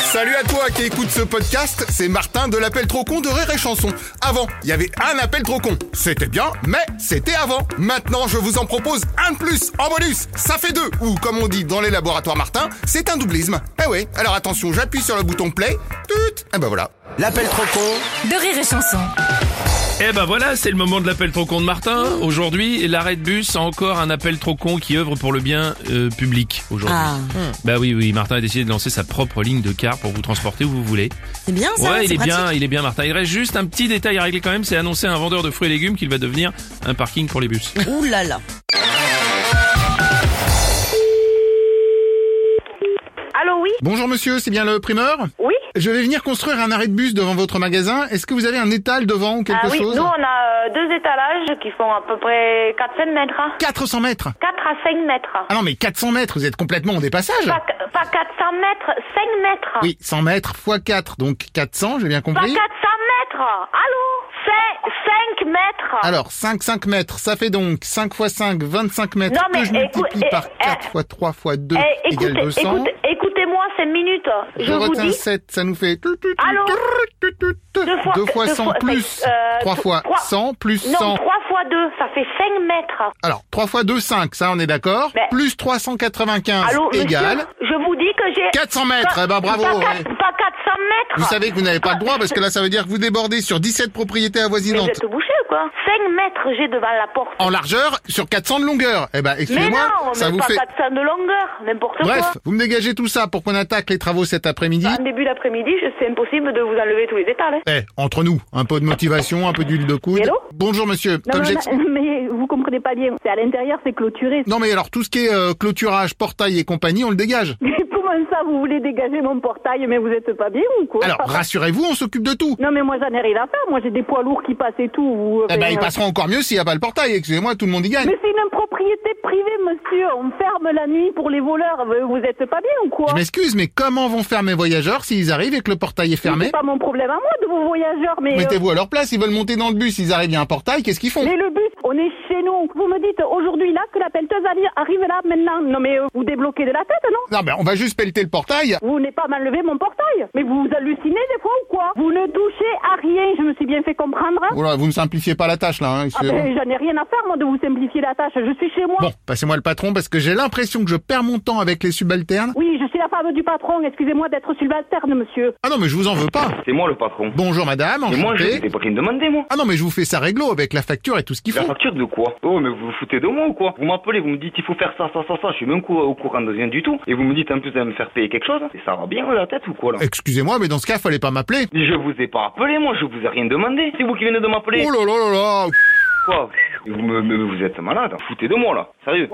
Salut à toi qui écoute ce podcast, c'est Martin de l'appel trop con de Rire et Chanson. Avant, il y avait un appel trop con. C'était bien, mais c'était avant. Maintenant, je vous en propose un de plus en bonus. Ça fait deux, ou comme on dit dans les laboratoires Martin, c'est un doublisme. Eh ouais, alors attention, j'appuie sur le bouton play. Tut Et ben voilà. L'appel trop con de rire et chanson. Eh ben voilà, c'est le moment de l'appel trop con de Martin. Mmh. Aujourd'hui, l'arrêt de bus a encore un appel trop con qui œuvre pour le bien euh, public aujourd'hui. Ah. Bah oui, oui, Martin a décidé de lancer sa propre ligne de car pour vous transporter où vous voulez. C'est bien ça, ouais, c'est il est pratique. bien, il est bien, Martin. Il reste juste un petit détail à régler quand même, c'est annoncer à un vendeur de fruits et légumes qu'il va devenir un parking pour les bus. Ouh là là. Allô, oui Bonjour monsieur, c'est bien le primeur Oui Je vais venir construire un arrêt de bus devant votre magasin. Est-ce que vous avez un étal devant ou quelque Ah oui, chose nous on a euh, deux étalages qui font à peu près 400 mètres. 400 mètres 4 à 5 mètres. Ah non mais 400 mètres, vous êtes complètement en dépassage Pas, qu- pas 400 mètres, 5 mètres. Oui, 100 mètres x 4, donc 400, j'ai bien Pas 400 compris. mètres. Allô C'est 5 mètres. Alors, 5, 5 mètres, ça fait donc 5 x 5, 25 mètres, Non, mais que je écou- multiplie eh, par eh, 4 x 3 x 2 Eh, égale écoutez, 200. écoutez, écoutez-moi 5 minutes. Je, je vous retiens dis. 7, ça nous fait... Allô 2 fois- fois deux 100 fois- plus euh, 3 fois trois- 100 plus Non, 100. 3 fois 2, ça fait 5 mètres. Alors, 3 fois 2, 5, ça on est d'accord. Mais- Plus 395 Allô, monsieur, égale... Je vous dis que j'ai. 400 mètres, Pas- eh ben, bravo, Pas, ouais. quatre- pas 400 mètres. Vous savez que vous n'avez pas le droit parce que là ça veut dire que vous débordez sur 17 propriétés Mais vous avoisinantes êtes bouché ou quoi 5 mètres j'ai devant la porte. en largeur sur 400 de longueur. Eh ben Mais excusez-moi, non, ça mais vous pas fait 400 de longueur, n'importe quoi. Bref, vous me dégagez tout ça pour qu'on attaque les travaux cet après-midi. En début d'après-midi, je- c'est impossible de vous enlever tous les étals. hein. Eh, entre nous, un peu de motivation, un peu d'huile de coude. Hello Bonjour monsieur. Non, Comme non, j'explique- non, mais vous comprenez pas bien. C'est à l'intérieur, c'est clôturé. non mais alors tout ce qui est euh, clôturage, portail et compagnie, on le dégage. Mais comment ça, vous voulez dégager mon portail, mais vous êtes pas bien ou quoi Alors rassurez-vous, on s'occupe de tout. Non, mais moi, j'en ai rien à faire. Moi, j'ai des poids lourds qui passent et tout. ou, Eh ben enfin, ils euh, passeront encore mieux s'il n'y a pas le portail. Excusez-moi, tout le monde y gagne. Mais c'est une propriété privée, monsieur. On ferme la nuit pour les voleurs. Vous vous êtes pas bien ou quoi Je m'excuse, mais comment vont faire mes voyageurs s'ils arrivent et que le portail est fermé C'est pas mon problème à moi de vos voyageurs, mais. euh, Mettez-vous à leur place, ils veulent monter dans le bus, ils arrivent, il y a un portail, qu'est-ce qu'ils font Mais le but, on est chez nous. Vous me dites aujourd'hui là que la pelleteuse arri- arrive là maintenant. Non mais euh, vous débloquez de la tête, non Non, mais on va juste pelleter le portail. Vous n'avez pas m'enlever mon portail. Mais vous hallucinez des fois ou quoi Vous ne touchez à rien. Je me suis bien fait comprendre. hein Voilà, vous ne simplifiez pas la tâche là. hein, Ah excusez-moi. ben, j'en ai rien à faire, moi, de vous simplifier la tâche. Je suis chez moi. Bon, passez-moi le patron parce que j'ai l'impression que je perds mon temps avec les subalternes. Oui, je suis la femme du patron. Excusez-moi d'être subalterne, monsieur. Ah non, mais je vous en veux pas. C'est moi le patron. Bonjour madame, Mais moi, je enchanté. n'étais pas qui me demandait, moi. Ah non, mais je vous fais ça réglo avec la facture et tout ce qu'il La faut. facture de quoi Oh, mais vous vous foutez de moi ou quoi Vous m'appelez, vous me dites il faut faire ça, ça, ça, ça. Je suis même cou- au courant de rien du tout. Et vous me dites en plus à me faire payer quelque chose. Et ça va bien euh, la tête ou quoi là Excusez-moi, mais dans ce cas, fallait pas m'appeler. Je vous ai pas appelé, moi. Je vous ai rien demandé. C'est vous qui venez de m'appeler. Oh là là là là Quoi vous, me, me- vous êtes malade. Vous foutez de moi là. Sérieux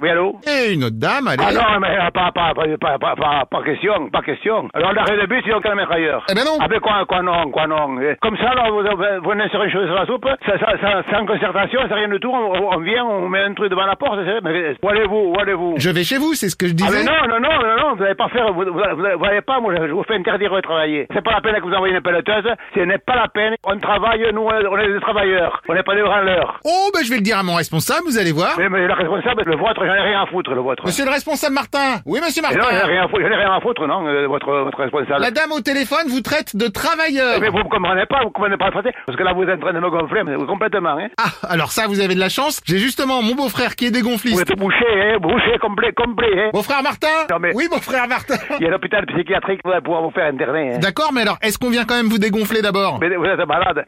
Oui, allô Et Eh, une autre dame, allez. Ah non, mais euh, pas, pas, pas, pas, pas, pas, pas question, pas question. Alors l'arrêt de bus, ils ont qu'à le mettre ailleurs. Eh ben non. Ah ben quoi, quoi non, quoi non. Eh, Comme ça, là, vous, vous- vous venez sur une chose sur la soupe, ça- ça- ça- sans concertation, c'est rien du tout, on, on vient, on met un truc devant la porte, c'est- mais eh, où allez-vous, où allez-vous Je vais chez vous, c'est ce que je Ah disais. mais non, non, non, non, non, vous n'allez pas faire, vous, vous, vous allez pas, moi, je vous fais interdire de travailler. C'est pas la peine que vous envoyez une pelleteuse, ce n'est pas la peine. On travaille, nous, on est, on est des travailleurs, on n'est pas des branleurs. Oh, ben je vais le dire à mon responsable, vous allez voir. Mais, mais le responsable, le vôtre, j'en ai rien à foutre, le vôtre. Monsieur le responsable Martin Oui, monsieur Et non, j'en ai Martin rien à foutre, j'en ai rien à foutre, non, euh, votre, votre responsable. La dame au téléphone vous traite de travailleur. Mais vous ne comprenez pas, vous comprenez pas le français, parce que là vous êtes en train de me gonfler mais, complètement. Hein. Ah, alors ça, vous avez de la chance. J'ai justement mon beau-frère qui est Vous dégonfliste. êtes bouché, hein, bouché complet, complet. Hein. Mon frère Martin Non, mais- Oui, mon frère Martin Il y a l'hôpital psychiatrique pour pouvoir vous faire interner. Hein. D'accord, mais alors, est-ce qu'on vient quand même vous dégonfler d'abord Mais vous êtes malade.